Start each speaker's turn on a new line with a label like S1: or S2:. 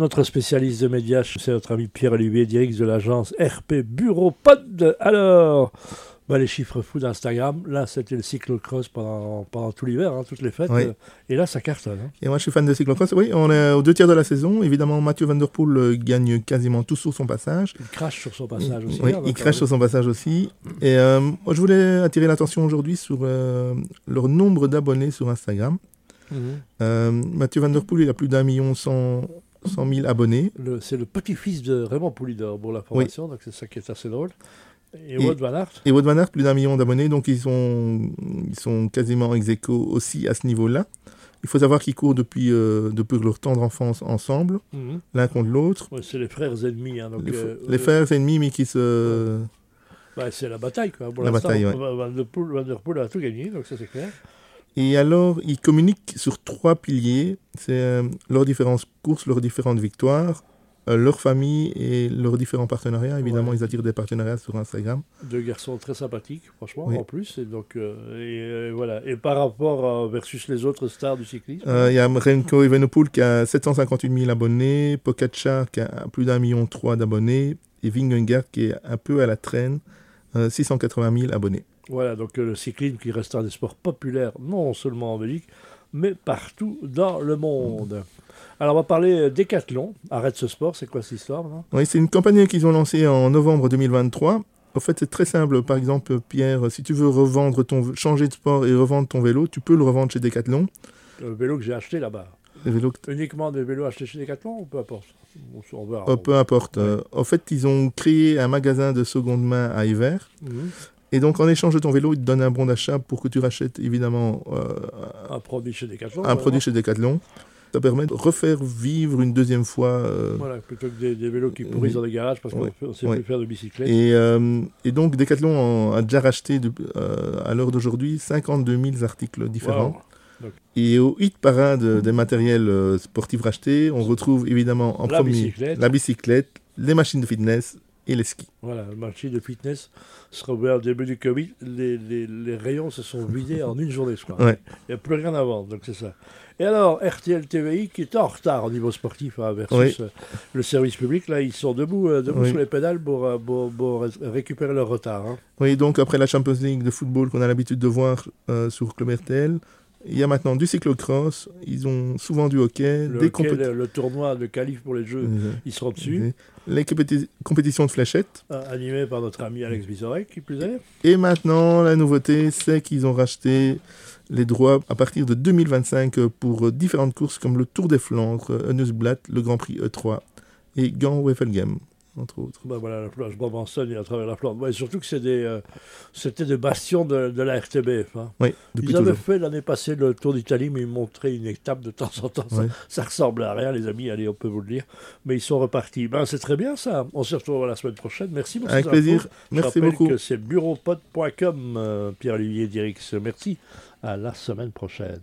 S1: Notre spécialiste de médias, c'est notre ami Pierre Lubier, direct de l'agence RP Bureau Pod. Alors, bah, les chiffres fous d'Instagram, là c'était le cyclocross pendant, pendant tout l'hiver, hein, toutes les fêtes,
S2: Oui.
S1: euh, et là ça cartonne. hein.
S2: Et moi, je suis fan de cyclocross. Oui, on est aux deux tiers de la saison. Évidemment, Mathieu Van Der Poel euh, gagne quasiment tout sur son passage.
S1: Il crache sur son passage aussi.
S2: Mm, Oui,
S1: hein,
S2: il
S1: donc,
S2: crache
S1: euh,
S2: sur son passage aussi. Et euh, moi, je voulais attirer l'attention aujourd'hui sur euh, leur nombre d'abonnés sur Instagram.
S1: Mhm.
S2: Euh, Mathieu Van Der Poel, il a plus d'un million cent, cent mille abonnés.
S1: Le- C'est le petit-fils de Raymond Poulidor pour la formation, donc c'est ça qui est assez drôle. Et,
S2: Et-
S1: Wout Van Aert,
S2: Et Wout Van Aert, plus d'un million d'abonnés. Donc, ils sont, ils sont quasiment ex aequo aussi à ce niveau-là. Il faut savoir qu'ils courent depuis, euh, depuis leur tendre enfance ensemble,
S1: mhm.
S2: l'un contre l'autre.
S1: Ouais, c'est les frères ennemis. hein, donc,
S2: Mm-hmm. Les,
S1: euh,
S2: les
S1: euh,
S2: frères ennemis, mais qui se...
S1: bah, c'est la bataille. Quoi. Pour
S2: La
S1: l'instant,
S2: bataille, ouais.
S1: Van Van Der Poel Van Der Poel a tout gagné, donc ça c'est clair.
S2: Et alors, ils communiquent sur trois piliers. C'est euh, leurs différentes courses, leurs différentes victoires, euh, leur famille et leurs différents partenariats. Évidemment,
S1: Ouais.
S2: ils attirent des partenariats sur Instagram.
S1: Deux garçons très sympathiques, franchement,
S2: Oui.
S1: en plus. Et, donc, euh, et, euh, voilà. et par rapport euh, versus les autres stars du cyclisme,
S2: Euh, Il y a Renko Evenepoel qui a 758 000 abonnés, Pocacar qui a plus d'un million trois d'abonnés, et Vingegaard qui est un peu à la traîne, euh, 680 000 abonnés.
S1: Voilà, donc euh, le cyclisme qui reste un des sports populaires, non seulement en Belgique, mais partout dans le monde. Alors, on va parler euh, décathlon. Arrête ce sport, c'est quoi cette histoire non
S2: Oui, c'est une campagne qu'ils ont lancée en novembre 2023. En fait, c'est très simple. Par exemple, Pierre, si tu veux revendre ton, changer de sport et revendre ton vélo, tu peux le revendre chez Decathlon.
S1: Le vélo que j'ai acheté là-bas.
S2: Le vélo que
S1: Uniquement des vélos achetés chez Decathlon ou peu importe On s'en verra.
S2: Oh, peu importe. Euh, en fait, ils ont créé un magasin de seconde main à hiver.
S1: Mhm.
S2: Et donc, en échange de ton vélo, ils te donnent un bon d'achat pour que tu rachètes évidemment euh,
S1: Un produit chez Decathlon.
S2: un
S1: vraiment.
S2: produit chez Decathlon. Ça permet de refaire vivre une deuxième fois. euh,
S1: Voilà, plutôt que des, des vélos qui pourrissent
S2: Oui.
S1: dans les garages parce qu'on
S2: Euh, Oui.
S1: ne sait
S2: Oui.
S1: plus faire de bicyclette.
S2: Et, euh, et donc, Decathlon en- a déjà racheté de- euh, à l'heure d'aujourd'hui 52 000 articles différents.
S1: Wow.
S2: Et au hit parade des matériels euh, sportifs rachetés, on retrouve évidemment en
S1: La
S2: premier
S1: bicyclette.
S2: la bicyclette, les machines de fitness et les skis.
S1: Voilà, le marché de fitness sera ouvert au début du Covid. Les, les- les rayons se sont vidés en une journée, je crois.
S2: Ouais.
S1: Il n'y a plus rien à vendre, donc c'est ça. Et alors, RTL TVI qui est en retard au niveau sportif hein, versus euh, le service public, là, ils sont debout, euh, debout
S2: Oui.
S1: sur les pédales pour, euh, pour- pour ré- récupérer leur retard. hein.
S2: Oui, donc après la Champions League de football qu'on a l'habitude de voir euh, sur Club RTL, il y a maintenant du cyclocross, ils ont souvent du hockey,
S1: Le,
S2: des
S1: quel-
S2: compéti-
S1: euh, le tournoi de qualif pour les jeux,
S2: Euh,
S1: ils seront dessus,
S2: des- les compéti- compétitions de fléchettes.
S1: euh, animé par notre ami Alex Bizorek, qui plus est.
S2: Et maintenant, la nouveauté, c'est qu'ils ont racheté les droits à partir de 2025 euh, pour euh, différentes courses comme le Tour des Flandres, euh, Heunusblatt, le Grand Prix E3 et gand wevelgem entre autres.
S1: Ben voilà, la plage Brabançonne et à travers la Flandre. Ouais, surtout que c'est des, euh, c'était des bastions de, de la RTBF. hein.
S2: Oui, depuis
S1: Ils avaient
S2: toujours.
S1: fait l'année passée le Tour d'Italie, mais ils montraient une étape de temps en temps. Ça,
S2: Ouais.
S1: ça ressemble à rien, les amis, allez, on peut vous le dire. Mais ils sont repartis. Ben, c'est très bien ça. On se retrouve la semaine prochaine. Merci pour
S2: Avec
S1: ces
S2: plaisir,
S1: infos. Je
S2: merci
S1: rappelle
S2: beaucoup.
S1: que c'est bureaupod.com, euh, Pierre-Olivier Dirix. Merci. À la semaine prochaine.